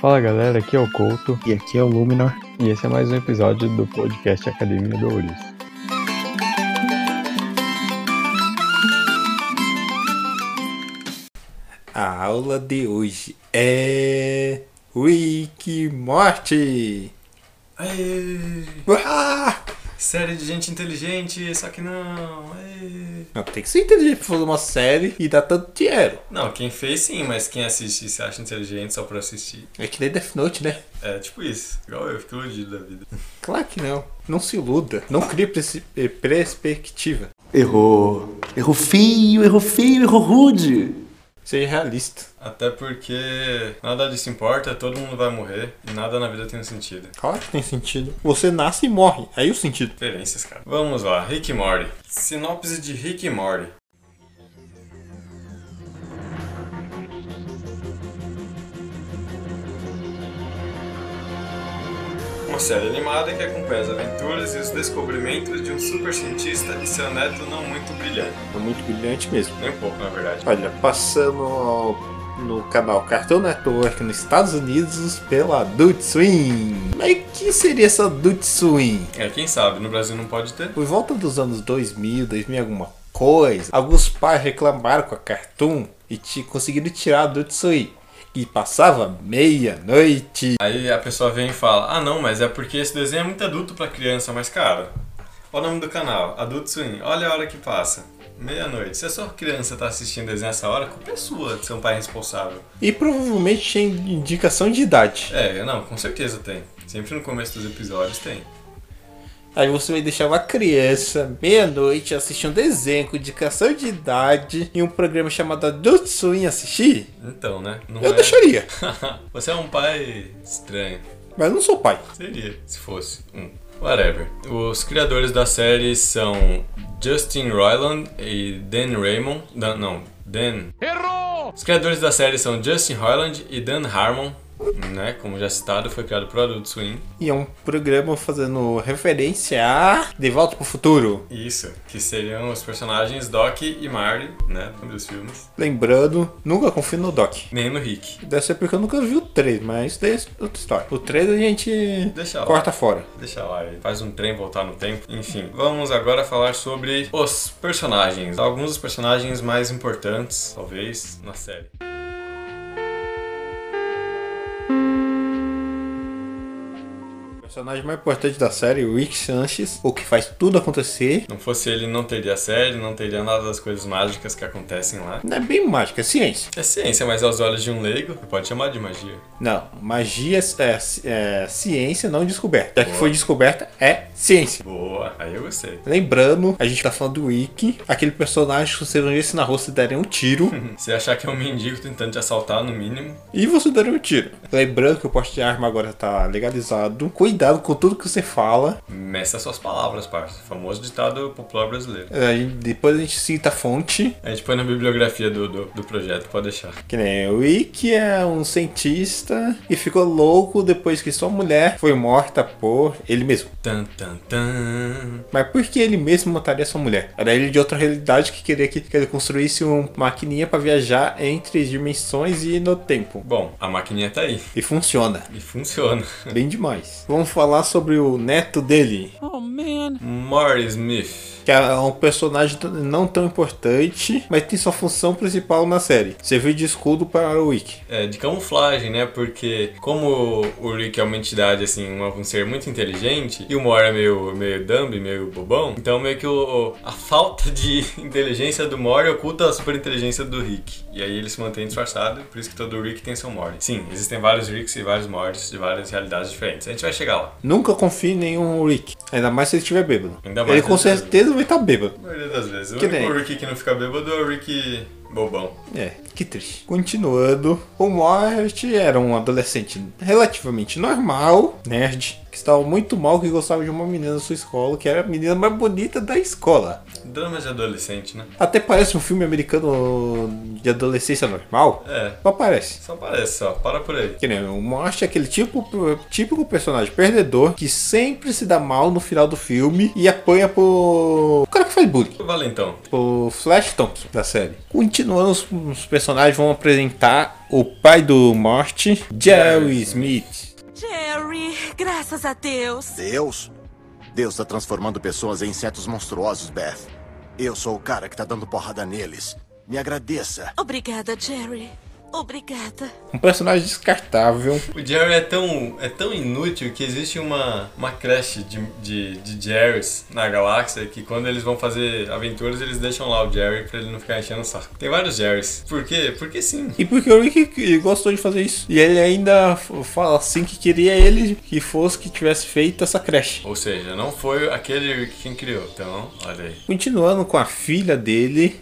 Fala galera, aqui é o Couto E aqui é o Luminor. e esse é mais um episódio do podcast Academia do Ouriço. A aula de hoje é Wiki Morte. Aê! Ah! Série de gente inteligente, só que não. Aê! Não, tem que ser inteligente pra fazer uma série e dar tanto dinheiro. Não, quem fez sim, mas quem assiste se acha inteligente só por assistir. É que nem Death Note, né? É tipo isso. Igual eu, fico iludido da vida. Claro que não. Não se iluda. Não crie presi- eh, perspectiva. Errou. Errou feio, errou feio, errou rude. Seja realista. Até porque nada disso importa, todo mundo vai morrer e nada na vida tem um sentido. Claro que tem sentido. Você nasce e morre. Aí o sentido. Diferenças, cara. Vamos lá, Rick e Morty. Sinopse de Rick e Morty. Uma série animada que acompanha as aventuras e os descobrimentos de um super cientista e seu neto não muito brilhante. É muito brilhante mesmo. Nem um pouco, na verdade. Olha, passando ao- no canal Cartoon Network nos Estados Unidos pela Adult Swim. Mas que seria essa Adult Swim? É, quem sabe, no Brasil não pode ter. Por volta dos anos 2000, 2000 e alguma coisa, alguns pais reclamaram com a Cartoon e te conseguiram tirar do Tsui. E passava meia-noite. Aí a pessoa vem e fala: Ah, não, mas é porque esse desenho é muito adulto pra criança, mas cara, olha o nome do canal, Adult Swim, olha a hora que passa. Meia-noite. Se a sua criança tá assistindo desenho essa hora, a culpa é sua de ser um pai responsável. E provavelmente tinha indicação de idade. É, não, com certeza tem. Sempre no começo dos episódios tem. Aí você vai deixar uma criança meia-noite assistir um desenho com indicação de idade e um programa chamado Adult Swim assistir? Então, né? Não Eu é. deixaria, Você é um pai estranho. mas eu não sou pai. Seria, se fosse um. Whatever. Os criadores da série são Justin Roiland e Dan Raymond. Dan- não, Dan. Errou! Os criadores da série são Justin Roiland e Dan Harmon, né? Como já citado, foi criado por Adult Swim. E é um programa fazendo referência a De Volta pro Futuro. Isso, que seriam os personagens Doc e Marty, né? Dos filmes. Lembrando, nunca confio no Doc. Nem no Rick. Deve ser porque eu nunca vi o 3, mas isso daí é outra história. O 3 a gente Deixa lá. corta fora. Deixa lá, ele faz um trem voltar no tempo. Enfim, vamos agora falar sobre os personagens. Alguns dos personagens mais importantes, talvez, na série. O personagem mais importante da série, o Rick Sanchez, o que faz tudo acontecer. Não fosse ele, não teria série, não teria nada das coisas mágicas que acontecem lá. Não é bem mágica, é ciência. É ciência, mas aos olhos de um leigo, você pode chamar de magia. Não, magia é, é ciência não descoberta. Já que foi descoberta, é ciência. Boa, aí eu gostei. Lembrando, a gente tá falando do Rick, aquele personagem que você não vê se na rua se derem um tiro. Se achar que é um mendigo tentando te assaltar, no mínimo. E você daria um tiro. Lembrando que o porte de arma agora tá legalizado. Cuidado com tudo que você fala. Meça suas palavras, parça. Famoso ditado popular brasileiro. Aí depois É, a gente cita a fonte, A gente põe na bibliografia do, do, do projeto, pode deixar. que nem o Wiki é um cientista e ficou louco depois que sua mulher foi morta por ele mesmo. Tan, tan, tan. Mas por que ele mesmo mataria sua mulher? Era ele de outra realidade que queria que, que ele construísse uma maquininha pra viajar entre dimensões e no tempo. Bom, a maquininha tá aí. E funciona. E funciona. Bem demais. Vamos falar sobre o neto dele, Morty Smith. que é um personagem t- não tão importante, mas tem sua função principal na série. Servir de escudo para o Wiki. É, de camuflagem, né? Porque como o Rick é uma entidade, assim, uma- um ser muito inteligente, e o Mor é meio, meio dumb, meio bobão, então meio que o, a falta de inteligência do Mor oculta a super inteligência do Rick. E aí ele se mantém disfarçado, por isso que todo Rick tem seu Mor. Sim, existem vários Ricks e vários Mors de várias realidades diferentes. A gente vai chegar lá. Nunca confie em nenhum Rick. Ainda mais se ele estiver bêbado. Ainda mais ele se com ele tiver certeza vai estar bêbado. A maioria das vezes. O Que único nem. Rick que não fica bêbado é o Rick bobão. É, que triste. Continuando, o Mort era um adolescente relativamente normal, nerd, que estava muito mal que gostava de uma menina da sua escola, que era a menina mais bonita da escola. Drama de adolescente, né? Até parece um filme americano de adolescência normal. É. Mas parece. Só parece, só. Para por aí. Que nem o Mosh é aquele tipo, típico personagem perdedor que sempre se dá mal no final do filme e apanha pro. O cara que faz bullying. O Valentão. O Flash Thompson da série. Continuando, os, os personagens vão apresentar o pai do Morte, Jerry Smith. Jerry, graças a Deus. Deus? Deus tá transformando pessoas em insetos monstruosos, Beth. Eu sou o cara que tá dando porrada neles. Me agradeça. Obrigada, Jerry. Obrigada. Um personagem descartável. O Jerry é tão, é tão inútil que existe uma, uma creche de, de, de Jerrys na galáxia que quando eles vão fazer aventuras eles deixam lá o Jerry pra ele não ficar enchendo o saco. Tem vários Jerrys. Por quê? Porque sim. E porque o Rick que gostou de fazer isso. E ele ainda f- fala assim que queria ele que fosse que tivesse feito essa creche. Ou seja, não foi aquele que quem criou. Então, olha aí. Continuando com a filha dele,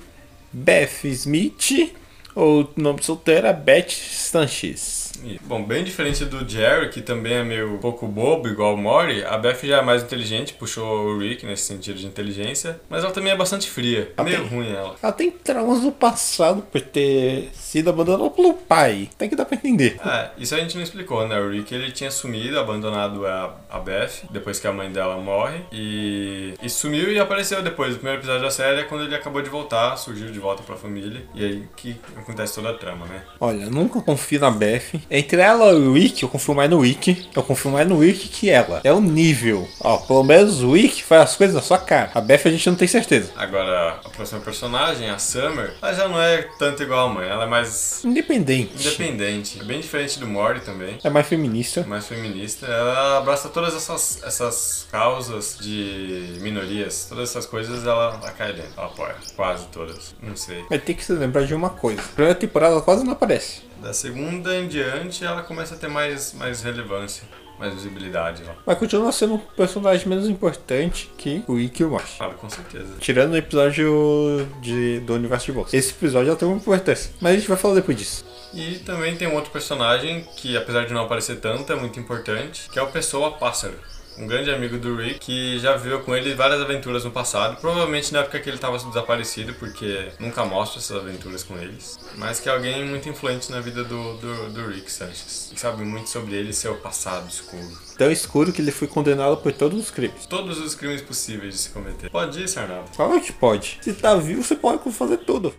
Beth Smith, ou nome solteiro é Beth Stanches. E, Bom, bem diferente do Jerry, que também é meio pouco bobo, igual o Mori, a Beth já é mais inteligente, puxou o Rick nesse sentido de inteligência, mas ela também é bastante fria. Ah, meio tem. ruim ela. Ela tem traumas do passado por ter sido abandonada pelo pai. Tem que dar pra entender. É, isso a gente não explicou, né? O Rick ele tinha sumido, abandonado a, a Beth depois que a mãe dela morre e, e sumiu e apareceu depois. O primeiro episódio da série é quando ele acabou de voltar, surgiu de volta pra família e aí que acontece toda a trama, né? Olha, nunca confio na Beth. Entre ela e o Wick, eu confio mais no Wick. Eu confio mais no Wick que ela. É o nível. Ó, pelo menos o Wick faz as coisas na sua cara. A Beth a gente não tem certeza. Agora, a próxima personagem, a Summer, ela já não é tanto igual a mãe, ela é mais Independente. independente, É bem diferente do Mori também. É mais feminista. mais feminista, ela abraça todas essas, essas causas de minorias, todas essas coisas ela, ela cai dentro, ela apoia, quase todas, não sei. Mas tem que se lembrar de uma coisa. Primeira temporada ela quase não aparece. Da segunda em diante ela começa a ter mais, mais relevância, mais visibilidade lá. Mas continua sendo um personagem menos importante que o Wick e o Mosh. Claro, com certeza. Tirando o episódio de, do universo de bolsa. Esse episódio já tem uma importância. Mas a gente vai falar depois disso. E também tem um outro personagem que, apesar de não aparecer tanto, é muito importante, que é o Pessoa Pássaro. Um grande amigo do Rick que já viveu com ele várias aventuras no passado, provavelmente na época que ele estava desaparecido, porque nunca mostra essas aventuras com eles, mas que é alguém muito influente na vida do, do, do Rick Sanchez, que sabe muito sobre ele e seu passado escuro. Tão escuro que ele foi condenado por todos os crimes. Todos os crimes possíveis de se cometer. Pode ir, Sarnado. Claro que pode. Se tá vivo, você pode fazer tudo.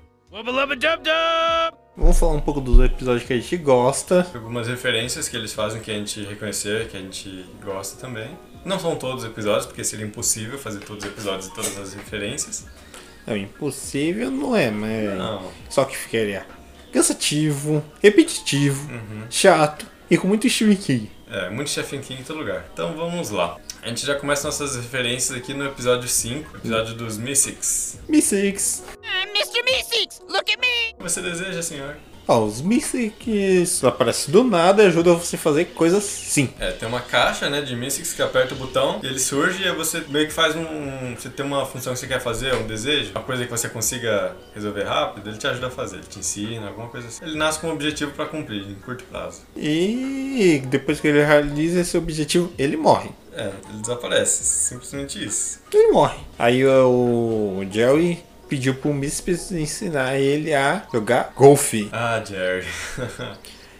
Vamos falar um pouco dos episódios que a gente gosta. Algumas referências que eles fazem que a gente reconhecer, que a gente gosta também. Não são todos os episódios, porque seria impossível fazer todos os episódios e todas as referências. Não, É um impossível não é, mas. Não. Só que ficaria cansativo, repetitivo, chato e com muito chimiquinho. É, muito chefinho aqui em todo lugar. Então vamos lá. A gente já começa nossas referências aqui no episódio 5, episódio dos Mystics. Mystics. Mr. Meeseeks, look at me! Você deseja, senhor? Ó, os Mystics aparecem do nada e ajudam você a fazer coisas sim. É, tem uma caixa, né, de Mystics que aperta o botão e ele surge e aí você meio que faz um... Você tem uma função que você quer fazer, um desejo, uma coisa que você consiga resolver rápido, ele te ajuda a fazer, ele te ensina, alguma coisa assim. Ele nasce com um objetivo pra cumprir, em curto prazo. E depois que ele realiza esse objetivo, ele morre. É, ele desaparece, simplesmente isso. Ele morre. Aí o o Jerry pediu pro Mystics ensinar ele a jogar golfe. Ah, Jerry.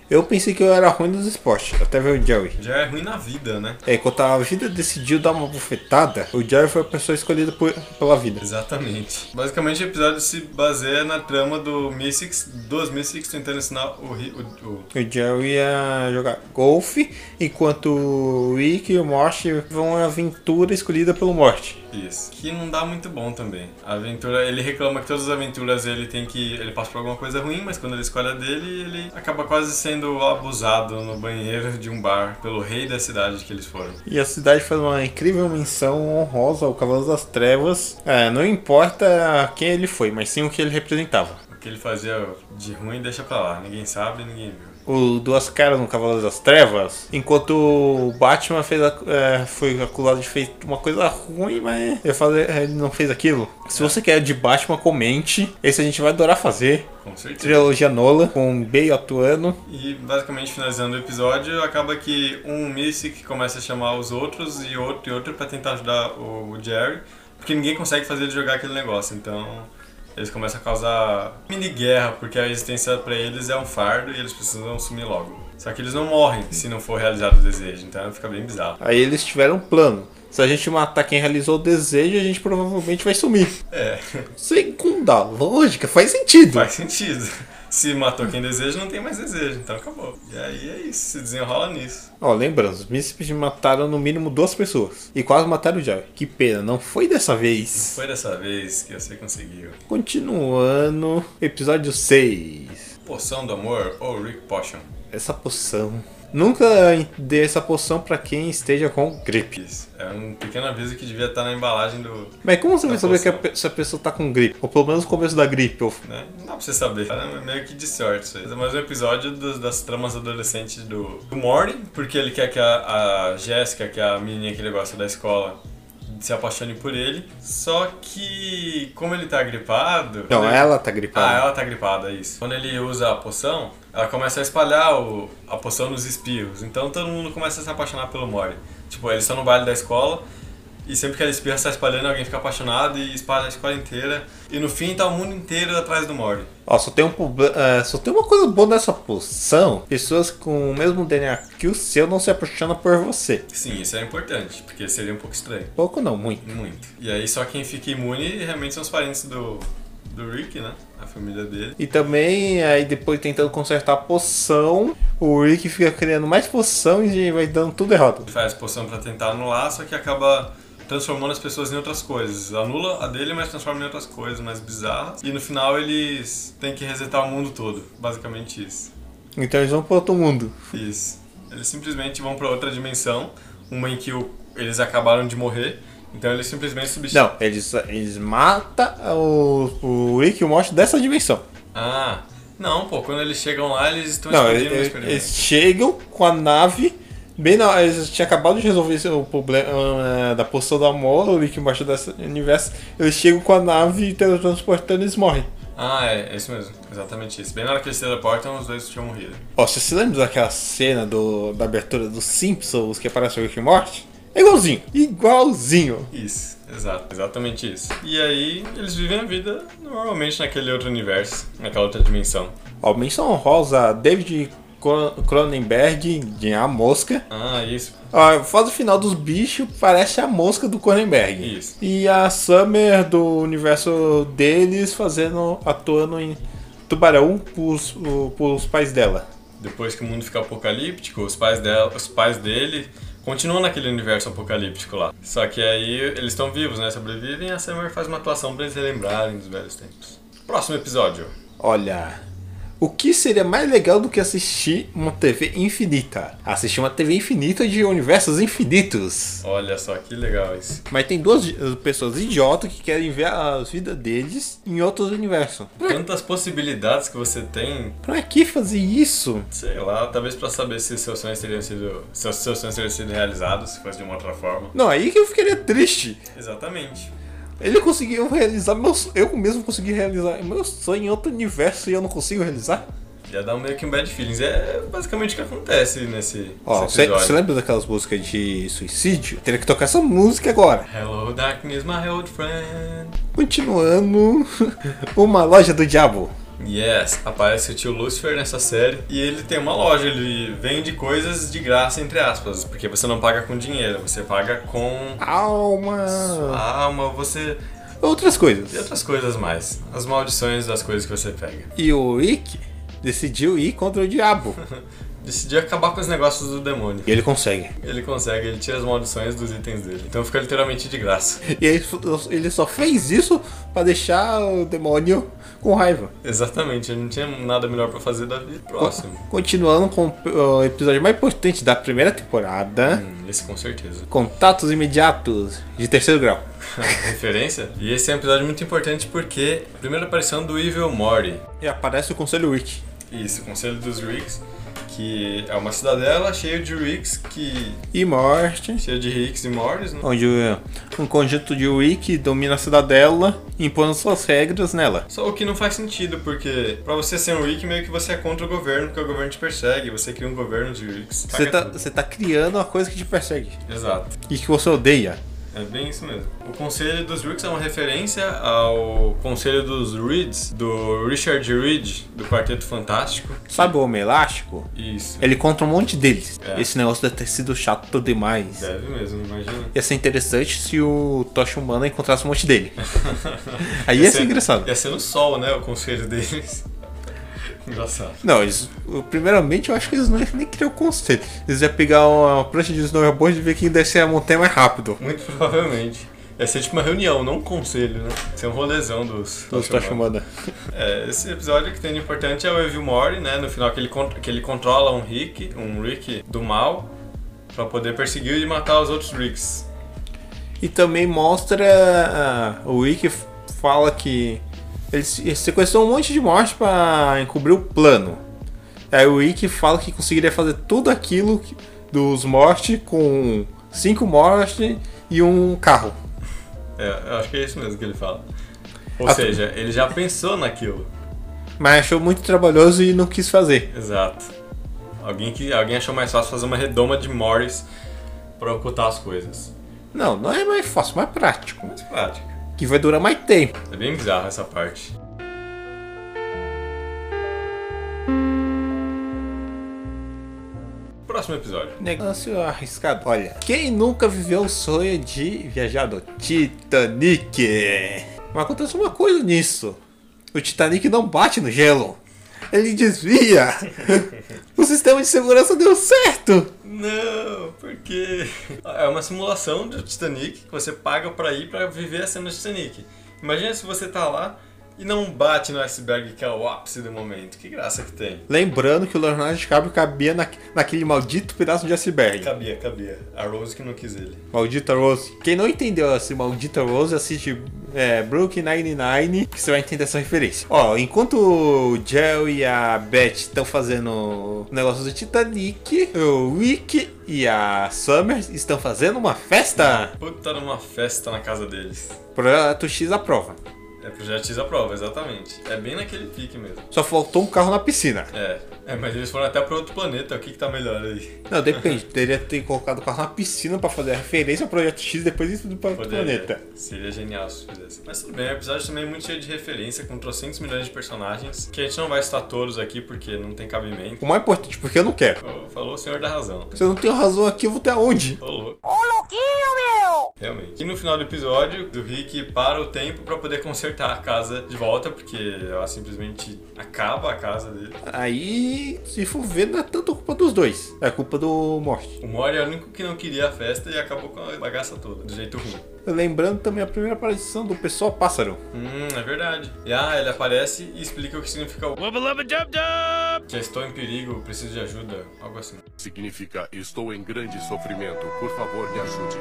Eu pensei que eu era ruim nos esportes, até ver o Jerry. Jerry é ruim na vida, né? É, quando a vida decidiu dar uma bufetada, o Jerry foi a pessoa escolhida por- pela vida. Exatamente. Basicamente, o episódio se baseia na trama do Mystics, dos Mystics tentando ensinar o, Ri- o, o- O Jerry ia jogar golfe, enquanto o Rick e o Morty vão à aventura escolhida pelo Morty. Isso. Que não dá muito bom também. A aventura, ele reclama que todas as aventuras ele tem que. Ele passa por alguma coisa ruim, mas quando ele escolhe a dele, ele acaba quase sendo abusado no banheiro de um bar pelo rei da cidade que eles foram. E a cidade faz uma incrível menção honrosa ao Cavaleiro das Trevas. É, não importa quem ele foi, mas sim o que ele representava. O que ele fazia de ruim deixa pra lá. Ninguém sabe, ninguém viu. o Duas Caras no Cavaleiro das Trevas, enquanto o Batman fez a- é, foi acusado de feito uma coisa ruim, mas eu falei, é, ele não fez aquilo. Se você quer de Batman, comente. Esse a gente vai adorar fazer. Com certeza. Trilogia Nola, com Bale atuando. E basicamente finalizando o episódio, acaba que um Mystic começa a chamar os outros e outro e outro pra tentar ajudar o o Jerry, porque ninguém consegue fazer ele jogar aquele negócio, então eles começam a causar mini guerra, porque a existência pra eles é um fardo e eles precisam sumir logo. Só que eles não morrem se não for realizado o desejo, então fica bem bizarro. Aí eles tiveram um plano. Se a gente matar quem realizou o desejo, a gente provavelmente vai sumir. É, Segundo a lógica, faz sentido. faz sentido. Se matou quem deseja, não tem mais desejo, então acabou. E aí é isso, se desenrola nisso. Ó, lembrando, os Misfits mataram no mínimo duas pessoas. E quase mataram o Javi. Que pena, não foi dessa vez. Foi dessa vez que você conseguiu. Continuando, episódio 6. Poção do Amor ou Rick Potion. Essa poção. Nunca dê essa poção pra quem esteja com gripe. Isso. É um pequeno aviso que devia estar na embalagem do. Mas como você vai A saber que a poção. pe- se a pessoa tá com gripe? Ou pelo menos no começo da gripe. Ou... Né? Não dá pra você saber. É meio que de sorte isso aí. É mais um episódio dos- das tramas adolescentes do, do Morty, porque ele quer que a, a Jéssica, que é a menininha que ele gosta da escola, se apaixone por ele. Só que, como ele tá gripado. Não, ele- ela tá gripada. Ah, ela tá gripada, é isso. Quando ele usa a poção, ela começa a espalhar o- a poção nos espirros. Então todo mundo começa a se apaixonar pelo Mori. Tipo, eles estão no baile da escola e sempre que ela espirra, está espalhando, alguém fica apaixonado e espalha a escola inteira. E no fim tá o mundo inteiro atrás do Mori. Ó, só tem um problema. só tem uma coisa boa nessa poção. Pessoas com o mesmo DNA que o seu não se apaixonam por você. Sim, isso é importante, porque seria um pouco estranho. Pouco não, muito. Muito. E aí só quem fica imune realmente são os parentes do, do Rick, né? A família dele. E também, aí depois tentando consertar a poção, o Rick fica criando mais poção e vai dando tudo errado. Ele faz poção pra tentar anular, só que acaba transformando as pessoas em outras coisas. Anula a dele, mas transforma em outras coisas mais bizarras. E no final eles têm que resetar o mundo todo. Basicamente isso. Então eles vão pro outro mundo. Isso. Eles simplesmente vão pra outra dimensão, uma em que o- eles acabaram de morrer. Então eles simplesmente substituem. Não, eles, eles matam o, o Rick e o Morty dessa dimensão. Ah, não, pô. Quando eles chegam lá, eles estão Não, é, explodindo eles, no eles- eles experimento. chegam com a nave. Bem na hora, eles tinham acabado de resolver esse- o problema ah, da poção do amor, o Rick embaixo desse universo. Eles chegam com a nave e teletransportando eles morrem. Ah, é, é isso mesmo. Exatamente isso. Bem na hora que eles se teleportam, os dois tinham morrido. Ó, você se lembra daquela cena do, da abertura dos Simpsons que aparece o Rick e Morty? É igualzinho, igualzinho. Isso, exato, exatamente isso. E aí eles vivem a vida normalmente naquele outro universo, naquela outra dimensão. Ó, menção honrosa a David Cron- Cronenberg de A Mosca. Ah, isso. Ó, a fase final dos bichos parece a mosca do Cronenberg. Isso. E a Summer do universo deles fazendo, atuando em Tubarão pros, o- pros pais dela. Depois que o mundo fica apocalíptico, os pais dela, os pais dele continuam naquele universo apocalíptico lá. Só que aí eles estão vivos, né? Sobrevivem e a Summer faz uma atuação pra eles relembrarem dos velhos tempos. Próximo episódio. Olha, o que seria mais legal do que assistir uma TV infinita? Assistir uma TV infinita de universos infinitos. Olha só que legal isso. Mas tem duas i- pessoas idiotas que querem ver as vidas deles em outros universos. Tantas possibilidades que você tem, Pra que fazer isso? sei lá, talvez pra saber se seus sonhos teriam sido, se os seus sonhos teriam sido realizados, se fosse de uma outra forma. Não, aí que eu ficaria triste. Exatamente. Ele conseguiu realizar meus. Eu mesmo consegui realizar meu sonho em outro universo e eu não consigo realizar. Já dá meio que um bad feelings. É basicamente o que acontece nesse, Ó, nesse você episódio. lembra daquelas músicas de suicídio? Teria que tocar essa música agora. Hello darkness, my old friend. Continuando. Uma loja do diabo. Yes, aparece o tio Lucifer nessa série e ele tem uma loja, ele vende coisas de graça, entre aspas, porque você não paga com dinheiro, você paga com Alma. a alma, você. Outras e coisas. outras coisas mais. As maldições das coisas que você pega. E o Rick decidiu ir contra o diabo. Decidiu acabar com os negócios do demônio. E ele consegue. Ele consegue, ele tira as maldições dos itens dele. Então fica literalmente de graça. E ele, só- ele só fez isso pra deixar o demônio com raiva. Exatamente, ele não tinha nada melhor pra fazer da vida. Próximo. Continuando com o episódio mais importante da primeira temporada. Hum, Esse com certeza. Contatos imediatos de terceiro grau. Referência? E esse é um episódio muito importante porque é a primeira aparição do Evil Mori. E aparece o Conselho Wiki. Isso, Conselho dos Ricks, que é uma cidadela cheia de Ricks que. E morte. cheia de Ricks e Morris, né? Onde um conjunto de Wick domina a cidadela, impondo suas regras nela. Só o que não faz sentido, porque pra você ser um Rick, meio que você é contra o governo, porque o governo te persegue, você cria um governo de Ricks. Você Paga tá, tudo. você tá criando uma coisa que te persegue Exato. e que você odeia. É bem isso mesmo. O Conselho dos Ricks é uma referência ao Conselho dos Reeds, do Richard Reed, do Quarteto Fantástico. Sabe o Homem Elástico? Isso. Ele contra um monte deles. É. Esse negócio deve ter sido chato demais. Deve mesmo, imagina. Ia ser interessante se o Tocha Humana encontrasse um monte dele. Aí ia ser engraçado. Ia ser no sol, né? O conselho deles. Engraçado. Não, eles, primeiramente eu acho que eles não iam nem criar o conselho. Eles iam pegar uma prancha de snowboard e ver quem descer a montanha mais rápido. Muito provavelmente. Ia ser tipo uma reunião, não um conselho, né? Ia ser um rolezão dos. Os Tocha Humana. É, esse episódio que tem de importante é o Evil Mori, né? No final que ele, con- que ele controla um Rick, um Rick do mal, pra poder perseguir e matar os outros Ricks. E também mostra. ah, o Wiki f- fala que eles eles sequestrou um monte de morte pra encobrir o plano. Aí o Wiki fala que conseguiria fazer tudo aquilo que- dos mortes com cinco mortes e um carro. É, eu acho que é isso mesmo que ele fala. Ou Ah, seja, ele já pensou naquilo. Mas achou muito trabalhoso e não quis fazer. Exato. Alguém, que, alguém achou mais fácil fazer uma redoma de Morris pra ocultar as coisas. Não, não é mais fácil, mais prático. Mas prático. Que vai durar mais tempo. É bem bizarro essa parte. Próximo episódio. Negócio arriscado. Olha, quem nunca viveu o sonho de viajar no Titanic? Mas acontece uma coisa nisso: o Titanic não bate no gelo, ele desvia. o sistema de segurança deu certo. Não, por quê? É uma simulação do Titanic que você paga pra ir pra viver a cena do Titanic. Imagina se você tá lá e não bate no iceberg que é o ápice do momento. Que graça que tem. Lembrando que o Leonardo DiCaprio cabia na- naquele maldito pedaço de iceberg. Cabia, cabia. A Rose que não quis ele. Maldita Rose. Quem não entendeu essa maldita Rose, assiste é, Brooklyn Nine-Nine, que você vai entender essa referência. Ó, enquanto o Joe e a Beth estão fazendo o negócio do Titanic, o Rick e a Summers estão fazendo uma festa. Puta numa festa na casa deles. Projeto X aprova. É Projeto X a prova, exatamente. É bem naquele pique mesmo. Só faltou um carro na piscina. É, é, mas eles foram até pra outro planeta, o que que tá melhor aí? Não, depende. Teria que ter colocado o carro na piscina pra fazer a referência ao Projeto X, depois isso do outro Poderia. planeta. Seria genial se fizesse. Mas tudo bem, o episódio também é muito cheio de referência, com trocentos milhões de personagens, que a gente não vai citar todos aqui porque não tem cabimento. O mais importante, porque eu não quero. Ô, Falou o senhor da razão. Se eu não tenho razão aqui, eu vou ter aonde? Ô, louco. Ô, louquinho, meu! Realmente. E no final do episódio, o Rick para o tempo pra poder consertar a casa de volta, porque ela simplesmente acaba a casa dele. Aí, se for ver, não é tanto culpa dos dois. É culpa do Morte. O Mori é o único que não queria a festa e acabou com a bagaça toda, do jeito ruim. Lembrando também a primeira aparição do pessoal pássaro. Hum, é verdade. E ah, ele aparece e explica o que significa o Wubba lubba dub dub! que é estou em perigo, preciso de ajuda, algo assim. Significa estou em grande sofrimento. Por favor, me ajude.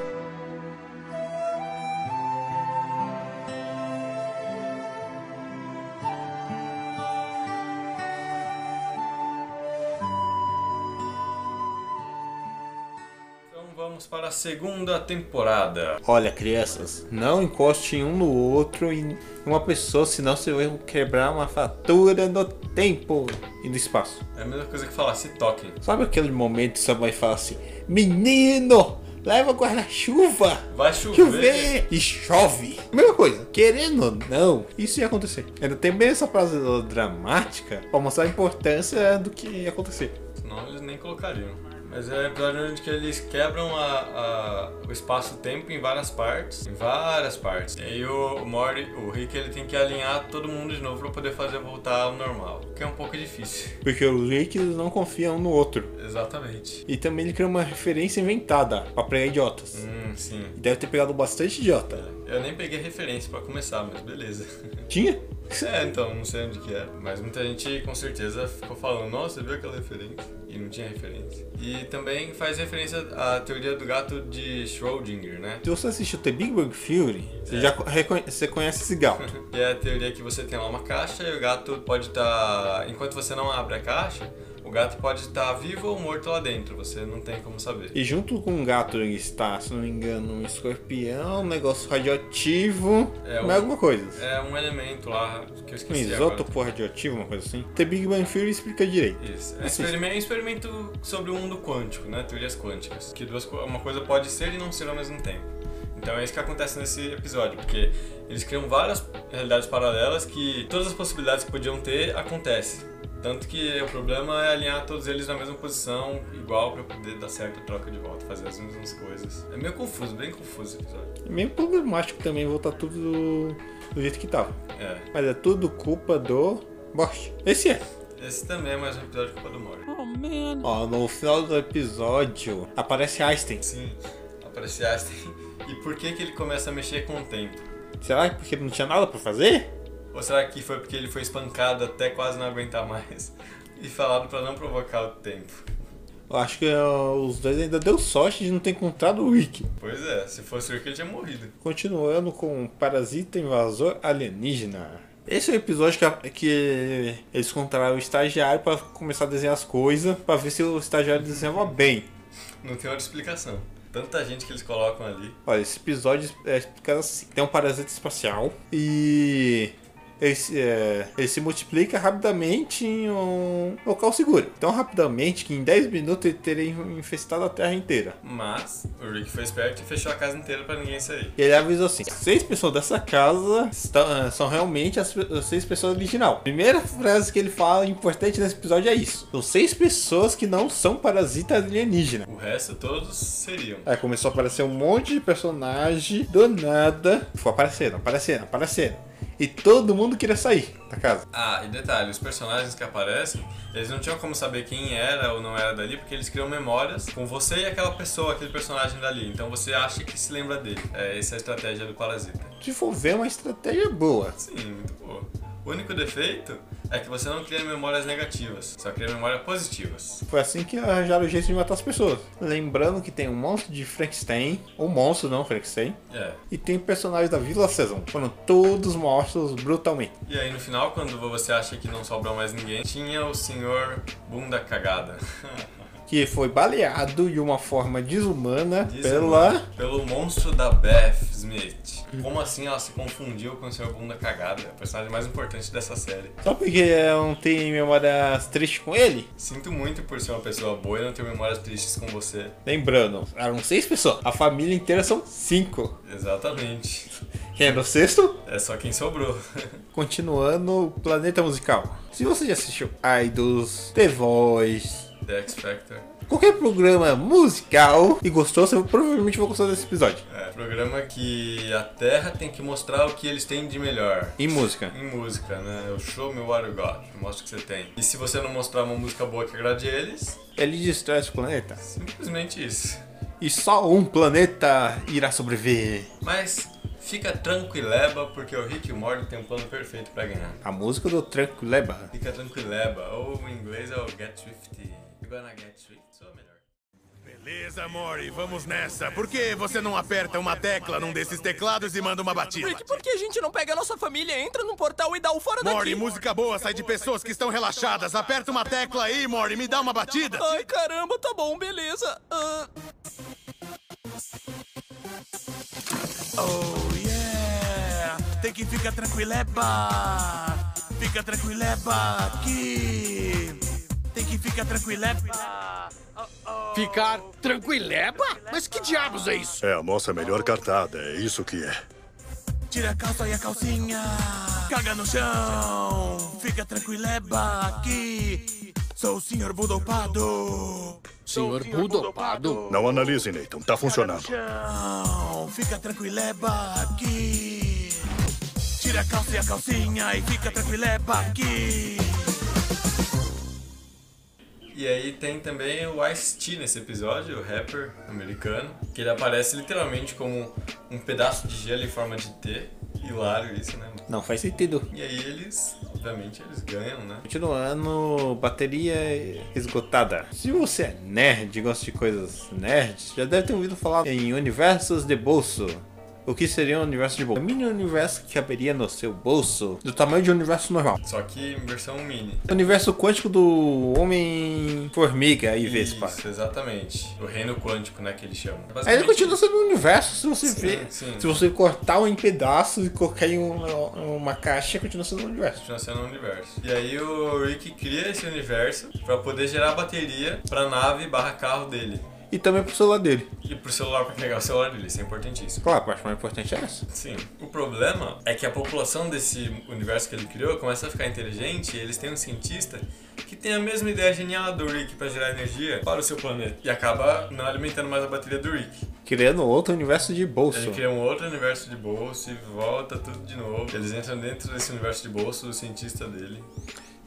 Então vamos para a segunda temporada. Olha, crianças, não encoste um no outro em uma pessoa, senão você vai quebrar uma fatura no tempo e no espaço. É a mesma coisa que falar, se toquem. Sabe aquele momento que sua mãe fala assim: Menino, leva guarda-chuva! Vai chover. Chover e chove. Mesma coisa, querendo ou não, isso ia acontecer. Ainda tem bem essa frase dramática pra mostrar a importância do que ia acontecer. Senão eles nem colocariam. Mas é o episódio onde que eles quebram a- a- o espaço-tempo em várias partes. Em várias partes. E aí o Mori, o Rick, ele tem que alinhar todo mundo de novo pra poder fazer voltar ao normal. O que é um pouco difícil. Porque os líquidos não confiam um no outro. Exatamente. E também ele criou uma referência inventada pra pregar idiotas. Hum, sim. E deve ter pegado bastante idiota. Eu nem peguei referência pra começar, mas beleza. Tinha? É, então, não sei onde que é. Mas muita gente com certeza ficou falando, nossa, viu aquela referência? E não tinha referência. E também faz referência à teoria do gato de Schrödinger, né? Se você assistiu The Big Bang Theory, você já co- reconhe- você conhece esse gato. Que é a teoria que você tem lá uma caixa e o gato pode estar. Enquanto você não abre a caixa, o gato pode estar vivo ou morto lá dentro, você não tem como saber. E junto com o gato ele está, se não me engano, um escorpião, um negócio radioativo, É, mais um- alguma coisa. É um elemento lá que eu um esqueci. agora. isótopo radioativo, uma coisa assim. The Big Bang Theory explica direito. Isso. É um Assista. experimento, experimento sobre o mundo quântico, né? Teorias quânticas. Que duas, co- uma coisa pode ser e não ser ao mesmo tempo. Então é isso que acontece nesse episódio, porque eles criam várias realidades paralelas que todas as possibilidades que podiam ter acontecem. Tanto que o problema é alinhar todos eles na mesma posição, igual, pra poder dar certo a troca de volta, fazer as mesmas coisas. É meio confuso, bem confuso esse episódio. É meio problemático também voltar tudo do, do jeito que tava. É. Mas é tudo culpa do Bosch. Esse é. Esse também é mais um episódio culpa do Mori. Ó, no final do episódio aparece Einstein. Sim, aparece Einstein. E por que, que ele começa a mexer com o tempo? Será que porque não tinha nada pra fazer? Ou será que foi porque ele foi espancado até quase não aguentar mais? E falado pra não provocar o tempo. Eu acho que ó, os dois ainda deu sorte de não ter encontrado o Wiki. Pois é, se fosse o Rick ele tinha morrido. Continuando com Parasita Invasor Alienígena. Esse é o episódio que, a- que eles contrataram o estagiário pra começar a desenhar as coisas, pra ver se o estagiário desenhava bem. Não tem outra explicação. Tanta gente que eles colocam ali. Olha, esse episódio é explicado assim: tem um parasita espacial e. Ele se, é, ele se multiplica rapidamente em um local seguro. Tão rapidamente que em 10 minutos ele teria infestado a Terra inteira. Mas o Rick foi esperto e fechou a casa inteira pra ninguém sair. E ele avisou assim: seis pessoas dessa casa estão- eh, são realmente as, pe- as seis pessoas original. Primeira frase que ele fala importante nesse episódio é isso: são seis pessoas que não são parasitas alienígenas. O resto todos seriam. Aí começou a aparecer um monte de personagem do nada. Foi aparecendo, aparecendo, aparecendo. E todo mundo queria sair da casa. Ah, e detalhe, os personagens que aparecem, eles não tinham como saber quem era ou não era dali, porque eles criam memórias com você e aquela pessoa, aquele personagem dali. Então você acha que se lembra dele. É, essa é a estratégia do parasita. Se for ver, é uma estratégia boa. Sim, muito boa. O único defeito é que você não cria memórias negativas, só cria memórias positivas. Foi assim que arranjaram o jeito de matar as pessoas. Lembrando que tem um monstro de Frankenstein. Um monstro, não Frankenstein. É. E tem personagens da Vila Sésamo. Foram todos mortos brutalmente. E aí no final, quando você acha que não sobrou mais ninguém, tinha o senhor bunda cagada. Que foi baleado de uma forma desumana Diz pela. o- Pelo monstro da Beth Smith. Como assim ela se confundiu com o senhor bunda cagada? É o personagem mais importante dessa série. Só porque ela não tem memórias tristes com ele? Sinto muito por ser uma pessoa boa e não ter memórias tristes com você. Lembrando, eram seis pessoas. A família inteira são cinco. Exatamente. Quem era o sexto? É só quem sobrou. Continuando o planeta musical. Se você já assistiu Idols, The Voice, The X Factor. qualquer programa musical e gostou, você provavelmente vai gostar desse episódio. É, programa que a Terra tem que mostrar o que eles têm de melhor. E música. Em música, né? Eu show me what you got, mostra o que você tem. E se você não mostrar uma música boa que agrade eles, Ele destrói esse planeta. simplesmente isso. E só um planeta irá sobreviver. Mas fica tranquileba, porque o Rick e o Morty tem um plano perfeito pra ganhar. A música do Tranquileba. Fica tranquileba, ou em inglês é o Get Swifty. You gonna get Swift, só melhor. Beleza, Mori, vamos nessa. Por que você não aperta uma tecla num desses teclados e manda uma batida? Rick, por que a gente não pega a nossa família, entra num portal e dá o fora Mori, daqui? música boa sai de pessoas que estão relaxadas. Aperta uma tecla aí, Mori, me dá uma batida. Ai, caramba, tá bom, beleza. Ah, Oh yeah! Tem que ficar tranquileba! Fica tranquileba aqui! Tem que ficar tranquileba! Ficar tranquileba? Mas que diabos é isso? É a nossa melhor cartada, é isso que é. Tira a calça e a calcinha! Caga no chão! Fica tranquileba aqui! Sou o senhor Budopado! Senhor Budopado? Não analise, Nathan, tá funcionando. Não, fica tranquileba aqui! Tira a calça e a calcinha e fica é tranquileba aqui! E aí tem também o Ice-T nesse episódio, o rapper americano, que ele aparece literalmente como um pedaço de gelo em forma de T. hilário isso, né? mano? Não faz sentido. E aí eles, obviamente, eles ganham, né? Continuando, bateria esgotada. Se você é nerd e gosta de coisas nerds, já deve ter ouvido falar em universos de bolso. O que seria um universo de bolso? Um mini universo que caberia no seu bolso, do tamanho de um universo normal. Só que em versão mini. O universo quântico do Homem-Formiga e Vespa. Isso, exatamente. O reino quântico, né, que eles chamam. Aí ele Basicamente, continua sendo um universo se você ver. sim. Se você cortar um em pedaços e colocar em uma, uma caixa, continua sendo um universo. continua sendo um universo. E aí o Rick cria esse universo pra poder gerar bateria pra nave barra carro dele. E também pro celular dele. E pro celular pra carregar o celular dele, isso é importantíssimo. Claro, a parte mais importante é essa. Sim. O problema é que a população desse universo que ele criou começa a ficar inteligente e eles têm um cientista que tem a mesma ideia genial do Rick pra gerar energia para o seu planeta. E acaba não alimentando mais a bateria do Rick. Criando outro universo de bolso. Ele cria um outro universo de bolso e volta tudo de novo. Eles entram dentro desse universo de bolso do cientista dele.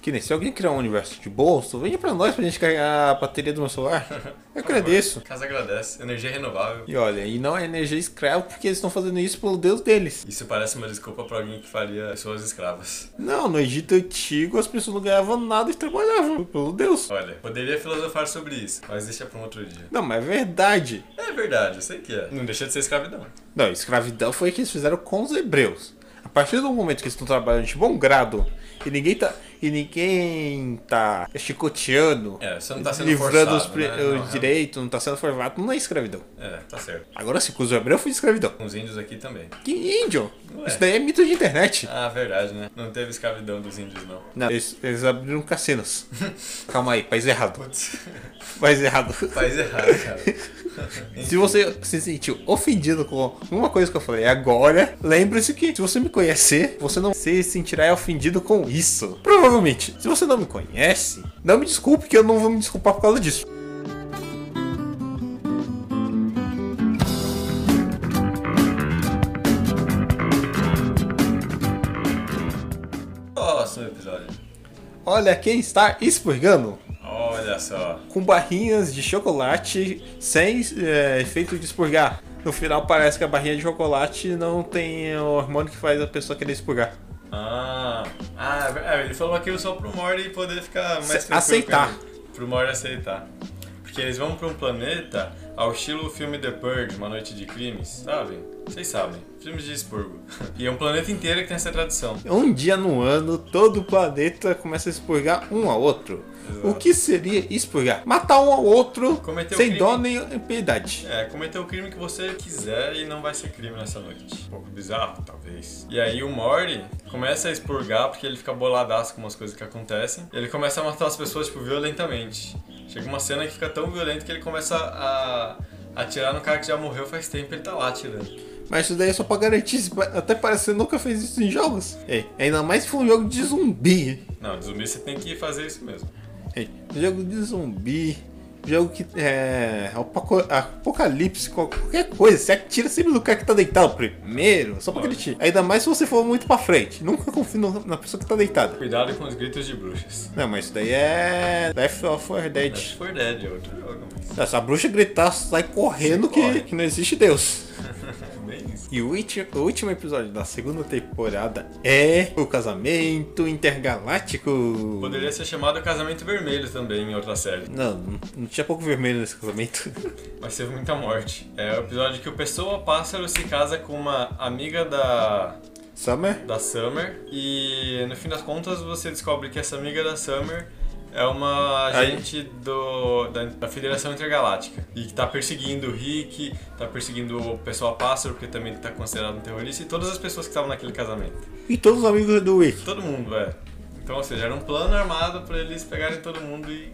Que nem se alguém criar um universo de bolso, venha pra nós pra gente carregar a bateria do meu celular. Eu agradeço. Casa agradece. Energia renovável. E olha, e não é energia escrava porque eles estão fazendo isso pelo deus deles. Isso parece uma desculpa pra alguém que faria pessoas escravas. Não, no Egito Antigo as pessoas não ganhavam nada e trabalhavam pelo deus. Olha, poderia filosofar sobre isso, mas deixa pra um outro dia. Não, mas é verdade. É verdade, eu sei que é. Não deixa de ser escravidão. Não, escravidão foi o que eles fizeram com os hebreus. A partir do momento que eles estão trabalhando de bom grado e ninguém tá, e ninguém tá chicoteando, É, você não tá sendo livrando os, forçado, pre- né? os Não, direitos, não tá sendo formato, não é escravidão. É, tá certo. Agora sim, com os hebreus foi escravidão. Os índios aqui também. Que índio? Ué. Isso daí é mito de internet. Ah, verdade, né? Não teve escravidão dos índios, não. Não, eles, eles abriram cassinos. Calma aí, país errado. Putz, País errado. faz errado, cara. Se você se sentiu ofendido com alguma coisa que eu falei agora, lembre-se que se você me conhecer, você não se sentirá ofendido com isso. Provavelmente. Se você não me conhece, não me desculpe que eu não vou me desculpar por causa disso. Próximo episódio. Olha quem está expurgando Olha só. com barrinhas de chocolate sem é, efeito de expurgar. No final parece que a barrinha de chocolate não tem o hormônio que faz a pessoa querer expurgar. Ah, ah, é, ele falou aquilo só pro Mori poder ficar mais Se- tranquilo com aceitar. ele. Pro Mori aceitar. Porque eles vão pra um planeta ao estilo filme The Purge, Uma Noite de Crimes, sabe? Vocês sabem, filmes de expurgo. E é um planeta inteiro que tem essa tradição. Um dia no ano, todo o planeta começa a expurgar um ao outro. Exato. O que seria expurgar? Matar um ao outro Cometeu sem crime. dó nem piedade. É, cometer o crime que você quiser e não vai ser crime nessa noite. Um pouco bizarro, talvez. E aí o Morty começa a expurgar porque ele fica boladaço com umas coisas que acontecem. Ele começa a matar as pessoas, tipo, violentamente. Chega uma cena que fica tão violenta que ele começa a a atirar no cara que já morreu faz tempo ele tá lá atirando. Mas isso daí é só pra garantir, se pa- até parece que você nunca fez isso em jogos. É, ainda mais se for um jogo de zumbi. Não, de zumbi você tem que fazer isso mesmo. É, jogo de zumbi, jogo que é apoco- apocalipse, qual- qualquer coisa. Você atira sempre no cara que tá deitado primeiro, só pra garantir. Ainda mais se você for muito pra frente. Nunca confie no- na pessoa que tá deitada. Cuidado com os gritos de bruxas. Não, mas isso daí é Left 4 Dead. Acho que foi Dead, é outro jogo, mas... Essa bruxa gritar, sai correndo que, Corre. que não existe Deus. Bem isso. E o último, o último episódio da segunda temporada é o casamento intergaláctico. Poderia ser chamado Casamento Vermelho também em outra série. Não, não- não tinha pouco vermelho nesse casamento. Mas teve muita morte. É o episódio que o Pessoa Pássaro se casa com uma amiga da, Summer? da Summer. E no fim das contas você descobre que essa amiga da Summer é uma Aí. agente do, da, da Federação Intergaláctica. E que tá perseguindo o Rick, tá perseguindo o Pessoa Pássaro, porque também tá considerado um terrorista, e todas as pessoas que estavam naquele casamento. E todos os amigos do Wick. Todo mundo, velho. Então, ou seja, era um plano armado pra eles pegarem todo mundo e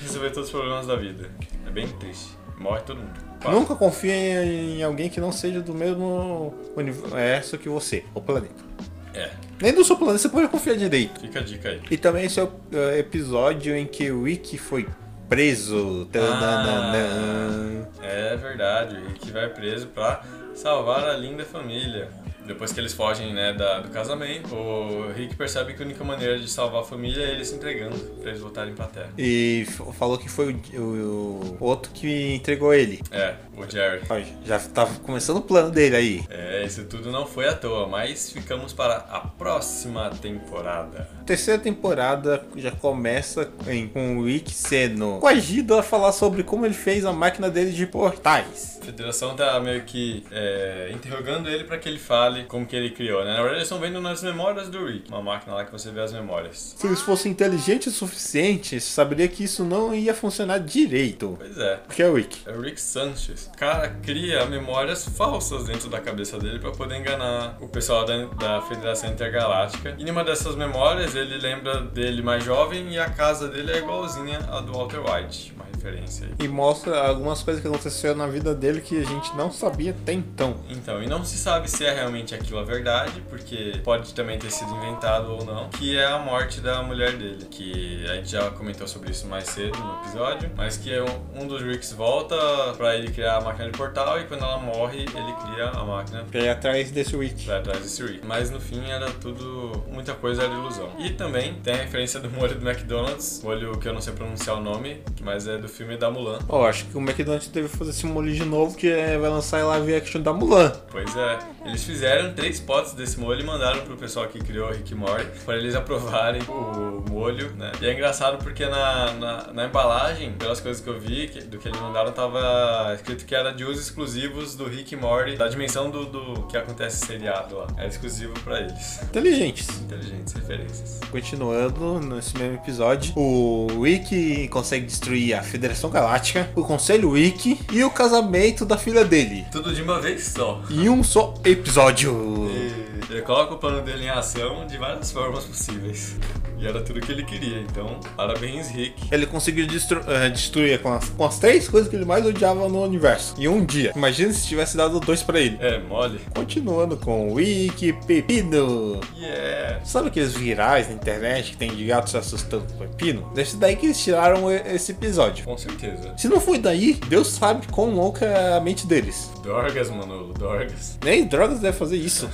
resolver todos os problemas da vida. É bem triste. Morre todo mundo. Quase. Nunca confie em em alguém que não seja do mesmo universo que você, o planeta. É, Nem do seu planeta você pode confiar direito. Fica a dica aí. E também esse é o é, episódio em que o Wick foi preso. Tananana. É verdade, o Rick vai preso pra salvar a linda família. Depois que eles fogem, né, da- do casamento, o Rick percebe que a única maneira de salvar a família é ele se entregando pra eles voltarem pra terra. E f- falou que foi o, o- o outro que entregou ele. É, o Jerry. Ó, Já tava começando o plano dele aí. É, isso tudo não foi à toa, mas ficamos para a próxima temporada. Terceira temporada já começa em- com o Rick sendo coagido a falar sobre como ele fez a máquina dele de portais. A federação tá meio que é, interrogando ele pra que ele fale como que ele criou, né? Na verdade, eles estão vendo nas memórias do Rick, uma máquina lá que você vê as memórias. Se eles fossem inteligentes o suficiente, saberia que isso não ia funcionar direito. Pois é. Porque é o Rick. É o Rick Sanchez. O cara cria memórias falsas dentro da cabeça dele pra poder enganar o pessoal da, da Federação Intergaláctica. E numa dessas memórias, ele lembra dele mais jovem e a casa dele é igualzinha à do Walter White. Uma referência aí. E mostra algumas coisas que aconteceram na vida dele que a gente não sabia até então. Então, e não se sabe se é realmente aquilo a verdade, porque pode também ter sido inventado ou não, que é a morte da mulher dele, que a gente já comentou sobre isso mais cedo no episódio, mas que é um- um dos Ricks volta pra ele criar a máquina de portal e quando ela morre, ele cria a máquina Pra ir atrás desse Rick. pra atrás desse Rick. Mas no fim era tudo, muita coisa era ilusão. E também tem a referência do molho do McDonald's, molho que eu não sei pronunciar o nome, mas é do filme da Mulan. Ó, acho que o McDonald's deve fazer esse molho de novo, que é- vai lançar a live action da Mulan. Pois é, eles fizeram três potes desse molho e mandaram pro pessoal que criou o Rick Mori para eles aprovarem o molho, né? E é engraçado porque na, na, na embalagem, pelas coisas que eu vi, que- do que eles mandaram, tava escrito que era de uso exclusivos do Rick Mori, da dimensão do, do que acontece seriado lá. Era exclusivo para eles. Inteligentes. Inteligentes referências. Continuando nesse mesmo episódio, o Wiki consegue destruir a Federação Galáctica, o Conselho Wiki e o casamento da filha dele. Tudo de uma vez só. Em um só episódio. E Ele coloca o plano dele em ação de várias formas possíveis. E era tudo que ele queria, então parabéns, Rick. Ele conseguiu destru- eh, destruir com as, com as três coisas que ele mais odiava no universo. Em um dia. Imagina se tivesse dado dois pra ele. É, mole. Continuando com o Wiki Pepino. Yeah. Sabe aqueles virais na internet que tem de gatos se assustando com o Pepino? Deve daí que eles tiraram e- esse episódio. Com certeza. Se não foi daí, Deus sabe quão louca é a mente deles. Dorgas, Manolo, Dorgas. Nem drogas deve fazer isso.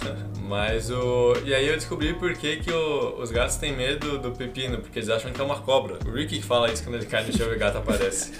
Mas o. E aí eu descobri por que, que o- os gatos têm medo do pepino, porque eles acham que é uma cobra. O Rick que fala isso quando ele cai no chão e o gato aparece.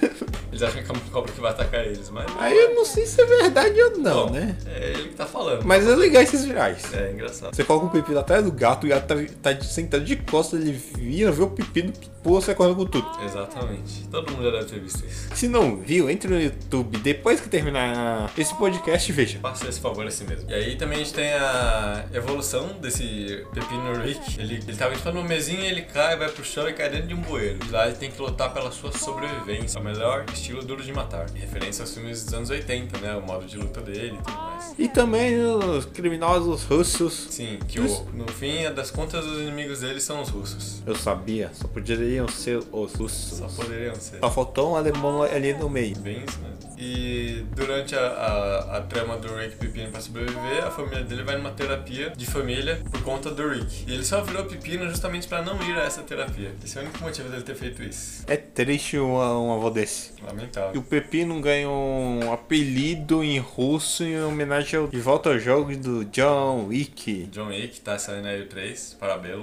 Eles acham que é uma cobra que vai atacar eles, mas. Aí eu não sei se é verdade ou não, Bom, né? É ele que tá falando. Mas é legal esses virais. É engraçado. Você coloca o pepino atrás do gato, o gato tá, tá sentado de costas, ele vira, vê o pepino, pula, sai correndo com tudo. Exatamente. Todo mundo já deve ter visto isso. Se não viu, entre no YouTube depois que terminar esse podcast e veja. Faça esse favor a si mesmo. E aí também a gente tem a evolução desse Pepino Rick. Ele, ele tava tipo numa mesinha, ele cai, vai pro chão e cai dentro de um bueiro. De lá ele tem que lutar pela sua sobrevivência. É O melhor estilo duro de matar. Em referência aos filmes dos anos 80, né? O modo de luta dele e tudo mais. E também os criminosos russos. Sim, que o, no fim é das contas os inimigos dele são os russos. Eu sabia, só poderiam ser os russos. Só poderiam ser. Só faltou um alemão ali no meio. Bem isso mesmo. né? E durante a, a, a trama do Rick Pepino pra sobreviver, a família dele vai numa terapia de família por conta do Rick. E ele só virou Pepino justamente pra não ir a essa terapia. Esse é o único motivo dele ter feito isso. É triste um, um avô desse. E Lamentável. o Pepino ganha um apelido em russo em homenagem ao De Volta ao Jogo do John Wick, John Wick tá saindo aí o 3, parabéns.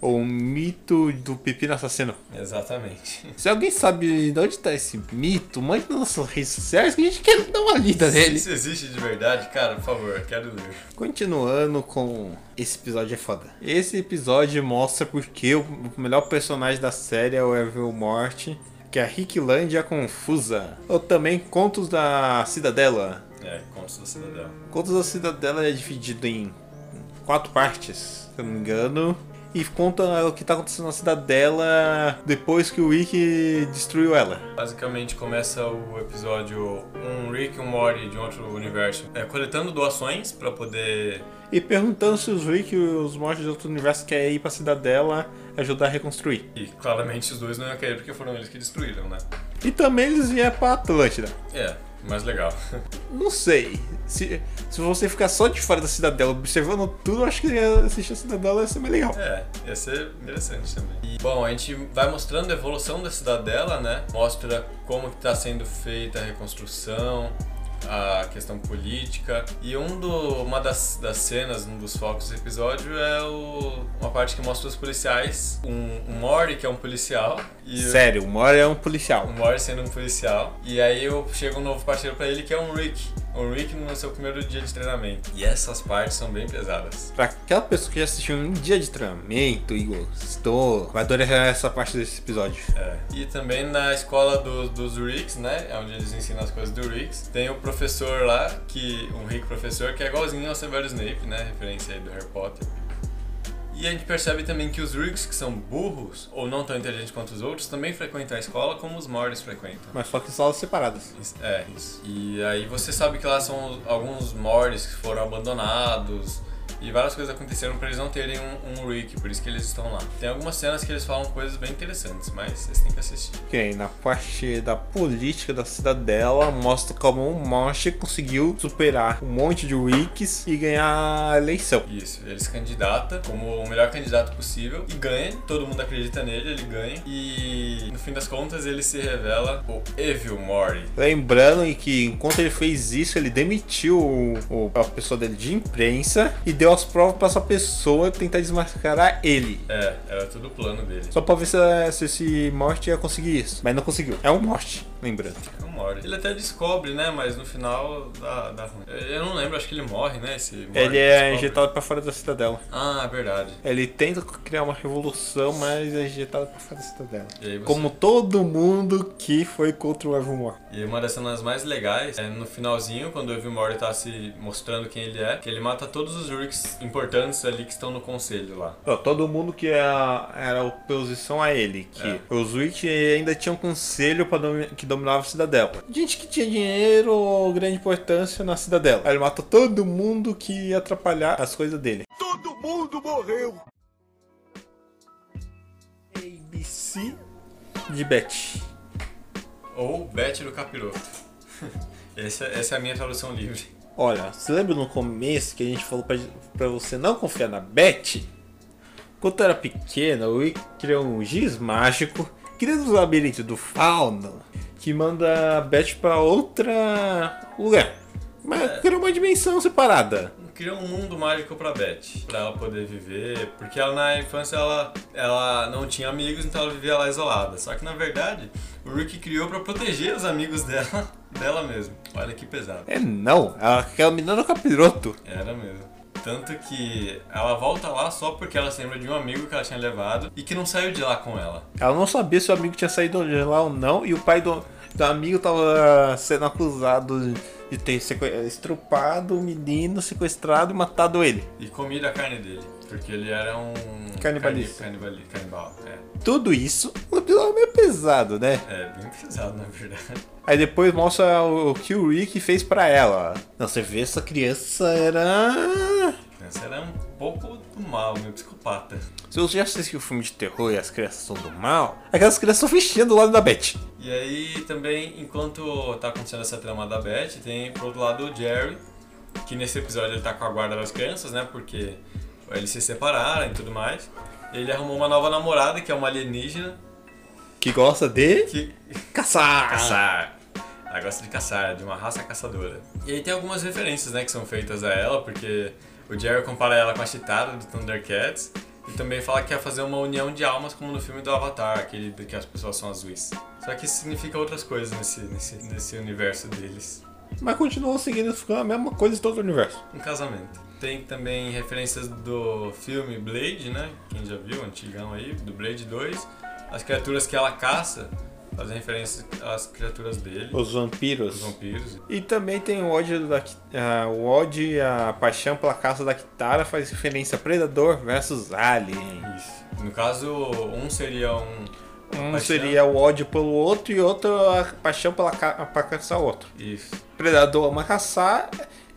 ou um mito do Pepino Assassino. Exatamente. Se alguém sabe de onde tá esse mito, mande nas nossas redes sociais que a gente quer dar uma lida nele. Isso existe de verdade, cara, por favor, quero ler. Continuando com esse episódio é foda. Esse episódio mostra porque o melhor personagem da série é o Evil Morte, que é a Ricklândia Confusa, ou também Contos da Cidadela. É, Contos da Cidadão. Contos da Cidadela é dividido em quatro partes, se eu não me engano. E conta o que tá acontecendo na Cidadela depois que o Wiki destruiu ela. Basicamente começa o episódio um Rick e um Morty de um outro universo é, coletando doações pra poder E perguntando se os Wiki e os mortos de outro universo querem ir pra Cidadela ajudar a reconstruir. E claramente os dois não iam cair porque foram eles que destruíram, né? E também eles vieram pra Atlântida. É, mais legal. Não sei. Se, se você ficar só de fora da Cidadela observando tudo, eu acho que assistir a Cidadela ia ser mais legal. É, ia ser interessante também. E, bom, a gente vai mostrando a evolução da cidadela, né? Mostra como que tá sendo feita a reconstrução, a questão política. E um do, uma das, das cenas, um dos focos do episódio é o, uma parte que mostra os policiais. Um, um Mori, que é um policial. e o- Sério, o Mori é um policial. o Morris sendo um policial. E aí eu chego um novo parceiro pra ele que é um Rick. Um Rick no seu primeiro dia de treinamento. E essas partes são bem pesadas. Pra aquela pessoa que já assistiu um dia de treinamento e gostou, vai adorar essa parte desse episódio. É. E também na escola do- dos Ricks, né? É onde eles ensinam as coisas do Ricks. Tem o professor lá, que um Rick professor, que é igualzinho ao Severo Snape, né? Referência aí do Harry Potter. E a gente percebe também que os Ricks, que são burros ou não tão inteligentes quanto os outros, também frequentam a escola como os Morris frequentam. Mas só que em salas separadas. É, isso. E aí você sabe que lá são alguns mordes que foram abandonados e várias coisas aconteceram pra eles não terem um, um Rick, por isso que eles estão lá. Tem algumas cenas que eles falam coisas bem interessantes, mas vocês têm que assistir. Que nem na parte da política da cidadela mostra como o Moshe conseguiu superar um monte de wikis e ganhar a eleição. Isso, ele se candidata como o melhor candidato possível e ganha, todo mundo acredita nele, ele ganha e no fim das contas ele se revela o Evil Mori. Lembrando que enquanto ele fez isso, ele demitiu o- o- a pessoa dele de imprensa e deu as provas pra essa pessoa tentar desmascarar ele. É, era todo o plano dele. Só pra ver se, se esse Morte ia conseguir isso. Mas não conseguiu. É um Morte, lembrando. É o Mori. Ele até descobre, né? Mas no final dá, dá ruim. Eu- Eu não lembro, acho que ele morre, né? Esse Mori Ele é descobre. injetado pra fora da cidadela. Ah, é verdade. Ele tenta criar uma revolução, mas é injetado pra fora da cidadela. E aí você- Como todo mundo que foi contra o Evan Morte. E uma das cenas mais legais é no finalzinho, quando o Evil Mori tá se mostrando quem ele é, que ele mata todos os Ricks importantes ali que estão no conselho lá. Ó, Todo mundo que era, era oposição a ele, que os Witch ainda tinham um conselho pra domi- que dominava a cidadela. Gente que tinha dinheiro ou grande importância na cidadela. Aí ele matou todo mundo que ia atrapalhar as coisas dele. Todo mundo morreu! ABC de Bet. Ou Bete do Capiroto. essa, essa é a minha tradução livre. Olha, você lembra no começo que a gente falou pra, pra você não confiar na Bet? Quando eu era pequena, o Wick criou um giz mágico que dentro do labirinto do fauno que manda a Bet pra outra lugar. Mas criou uma dimensão separada. Criou um mundo mágico pra Beth, pra ela poder viver, porque ela na infância ela, ela não tinha amigos, então ela vivia lá isolada. Só que na verdade, o Rick criou pra proteger os amigos dela, dela mesmo. Olha que pesado. É não, ela quer o menino um capiroto. Era mesmo. Tanto que ela volta lá só porque ela se lembra de um amigo que ela tinha levado e que não saiu de lá com ela. Ela não sabia se o amigo tinha saído de lá ou não, e o pai do, do amigo tava sendo acusado de ter sequ- estrupado o menino, sequestrado e matado ele. E comido a carne dele. Porque ele era um. Canibalista. Carni, canibali- canibal. É. Tudo isso, o episódio é meio pesado, né? É bem pesado, na verdade. Aí depois mostra o o que o Rick fez pra ela. Não, você vê essa criança era. Essa era um pouco do mal, meio psicopata. Se você já assistiu o filme de terror e as crianças são do mal, aquelas crianças são fichinhas do lado da Beth. E aí também, enquanto tá acontecendo essa trama da Beth, tem por outro lado o Jerry, que nesse episódio ele tá com a guarda das crianças, né? Porque eles se separaram e tudo mais. Ele arrumou uma nova namorada, que é uma alienígena, Que gosta de que caçar. caçar. Ela gosta de caçar, de uma raça caçadora. E aí tem algumas referências, né, que são feitas a ela, porque o Jerry compara ela com a Chitara do Thundercats e também fala que ia fazer uma união de almas como no filme do Avatar, aquele de que as pessoas são azuis. Só que isso significa outras coisas nesse, nesse, nesse universo deles. Mas continuam seguindo ficando a mesma coisa em todo o universo. Um casamento. Tem também referências do filme Blade, né? Quem já viu, antigão aí, do Blade 2. As criaturas que ela caça fazem referência às criaturas dele, Os vampiros. os vampiros. E também tem o ódio da Ki- ah, o ódio e a paixão pela caça da Kitara faz referência a Predador versus Alien. Isso. No caso, um seria um. Um Paixão. seria o ódio pelo outro e outro a paixão pela ca... pra caçar o outro. Isso. O predador ama caçar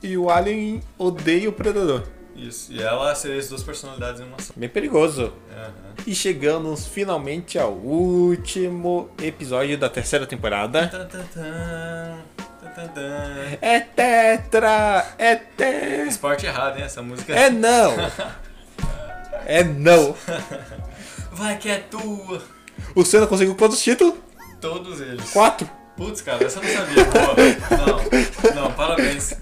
e o alien odeia o predador. Isso. E ela seria as duas personalidades em uma só. Bem perigoso. Aham. E chegamos finalmente ao último episódio da terceira temporada. Tan, tan, tan. Tan, tan, tan. É tetra! É te... Fiz parte errada, hein? Essa música. É não! É não! Vai que é tua! O Senna conseguiu quantos títulos? Todos eles. Quatro! Putz, cara, essa eu não sabia. Boa. Não, não, parabéns.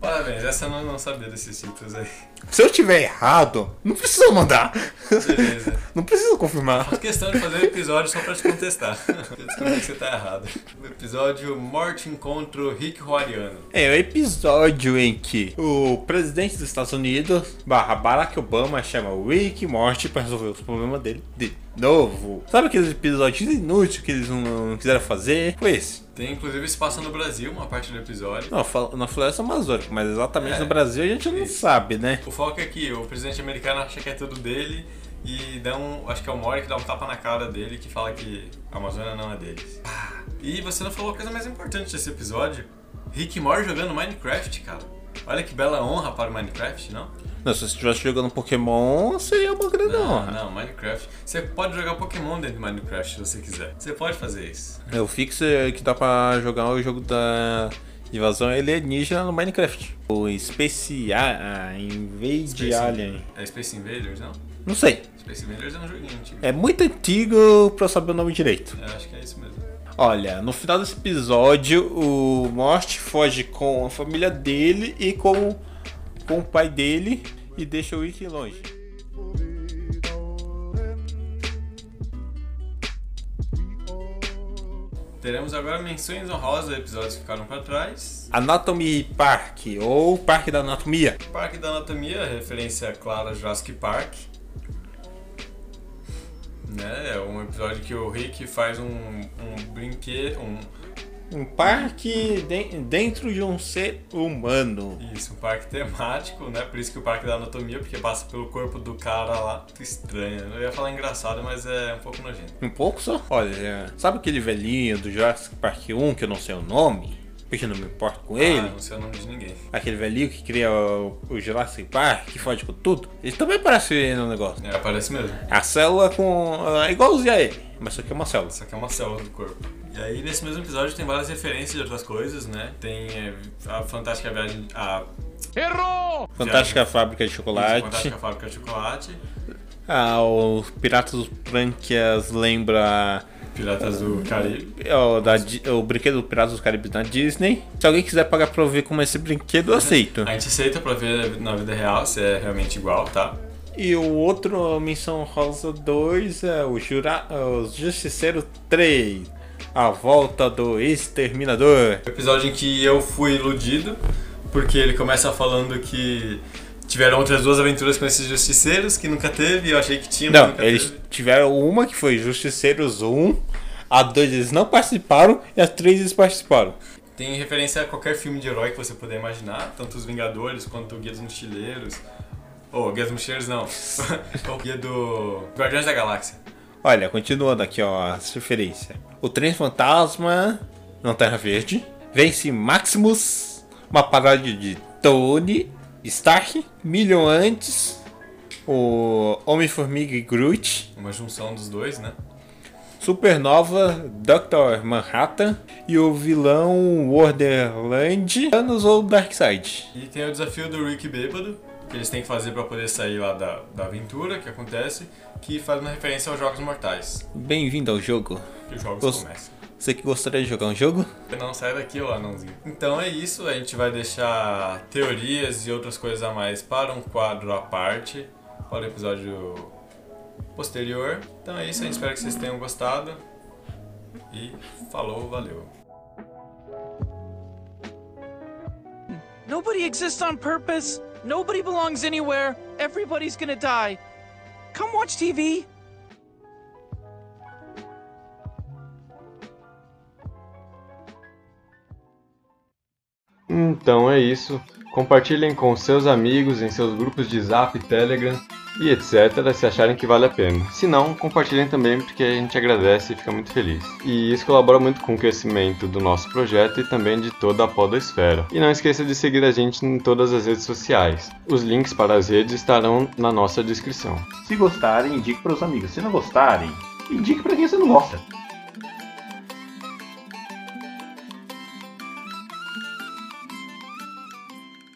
Parabéns, essa eu não, não sabia desses títulos aí. Se eu tiver errado, não precisa mandar. Beleza. Não precisa confirmar. Faz questão de fazer um episódio só pra te contestar. Pra descobrir que você tá errado. O episódio Morte Encontra o Rick Huariano. É o episódio em que o presidente dos Estados Unidos, barra Barack Obama, chama o Rick Morty pra resolver os problemas dele de novo. Sabe aqueles episódios inúteis que eles não, não quiseram fazer? Foi esse. Tem inclusive se passa no Brasil, uma parte do episódio. Não, é fal- na floresta amazônica, mas exatamente É. no Brasil a gente não Isso. sabe, né? O foco é que o presidente americano acha que é tudo dele e dá um. Acho que é o Mori que dá um tapa na cara dele que fala que a Amazônia não é deles. Ah, E você não falou a coisa mais importante desse episódio: Rick Mori jogando Minecraft, cara. Olha que bela honra para o Minecraft, não? Não, se você estivesse jogando Pokémon, seria uma grande honra. Ah, não, Minecraft. Você pode jogar Pokémon dentro de Minecraft se você quiser. Você pode fazer isso. Eu fixo é que dá pra jogar o jogo da invasão alienígena no Minecraft. O Space A- ah, Invade Alien. É Space Invaders, não? Não sei. Space Invaders é um joguinho antigo. É muito antigo pra eu saber o nome direito. Eu acho que é isso mesmo. Olha, no final desse episódio, o Morty foge com a família dele e com, com o pai dele e deixa o Rick longe. Teremos agora menções honrosas a episódios que ficaram pra trás. Anatomy Park, ou Parque da Anatomia. Parque da Anatomia, referência clara a Jurassic Park. Né? É um episódio que o Rick faz um, um brinquedo. Um, Um parque de- dentro de um ser humano. isso, um parque temático, né? Por isso que o Parque da Anatomia, porque passa pelo corpo do cara lá. Muito estranho. Eu ia falar engraçado, mas é um pouco nojento. Um pouco só? Olha, sabe aquele velhinho do Jurassic Park 1 que eu não sei o nome? Porque eu não me importo com Ah, ele? não sei o nome de ninguém. Aquele velhinho que cria o, o Jurassic Park, que fode com tudo? Ele também parece no negócio. né? É, parece mesmo. A célula com. é igualzinha a ele, mas só que é uma célula. Só que é uma célula do corpo. E aí, nesse mesmo episódio, tem várias referências de outras coisas, né? Tem é, a fantástica viagem. A Fantástica Fábrica de fantástica Chocolate. fábrica de chocolate. Ah, os Piratas dos Prankias lembra. Piratas do Caribe. é, O, da Di- o brinquedo do Piratas dos Caribes na Disney. Se alguém quiser pagar pra eu ver como é esse brinquedo, eu aceito. A gente aceita pra ver na vida real se é realmente igual, tá? E o outro Missão Rosa 2 é o Jura... o Justiceiro 3. A volta do Exterminador. O episódio em que eu fui iludido, porque ele começa falando que tiveram outras duas aventuras com esses justiceiros que nunca teve, e eu achei que tinha, mas Não, nunca eles teve. tiveram uma que foi Justiceiros 1. A 2 eles não participaram e a 3 eles participaram. Tem referência a qualquer filme de herói que você puder imaginar, tanto os Vingadores quanto o Guia dos Mochileiros. Ou Guia dos Mochileiros não. o Guia do. Guardiões da Galáxia. Olha, continuando aqui, ó, as referências. O Trem Fantasma, Lanterna Verde, vence Maximus, uma paródia de Tony, Stark, Million antes, o Homem-Formiga e Groot, Uma junção dos dois, né? Supernova, Dr. Manhattan e o vilão Wonderland, Thanos ou Darkseid. E tem o desafio do Rick Bêbado, que eles têm que fazer pra poder sair lá da, da aventura que acontece, que faz uma referência aos Jogos Mortais, Bem-vindo ao jogo. que os jogos Os- começam. Você que gostaria de jogar um jogo? Não sai daqui, ô anãozinho. Então é isso, a gente vai deixar teorias e outras coisas a mais para um quadro à parte, para o episódio posterior. Então é isso, a gente espera que vocês tenham gostado. E falou, valeu. Nobody exists on purpose. Nobody belongs anywhere. Everybody's gonna die. Come watch TV. Então é isso. Compartilhem com seus amigos em seus grupos de Zap, Telegram e etc. se acharem que vale a pena. Se não, compartilhem também porque a gente agradece e fica muito feliz. E isso colabora muito com o crescimento do nosso projeto e também de toda a podosfera. E não esqueça de seguir a gente em todas as redes sociais. Os links para as redes estarão na nossa descrição. Se gostarem, indique para os amigos. Se não gostarem, indique para quem você não gosta.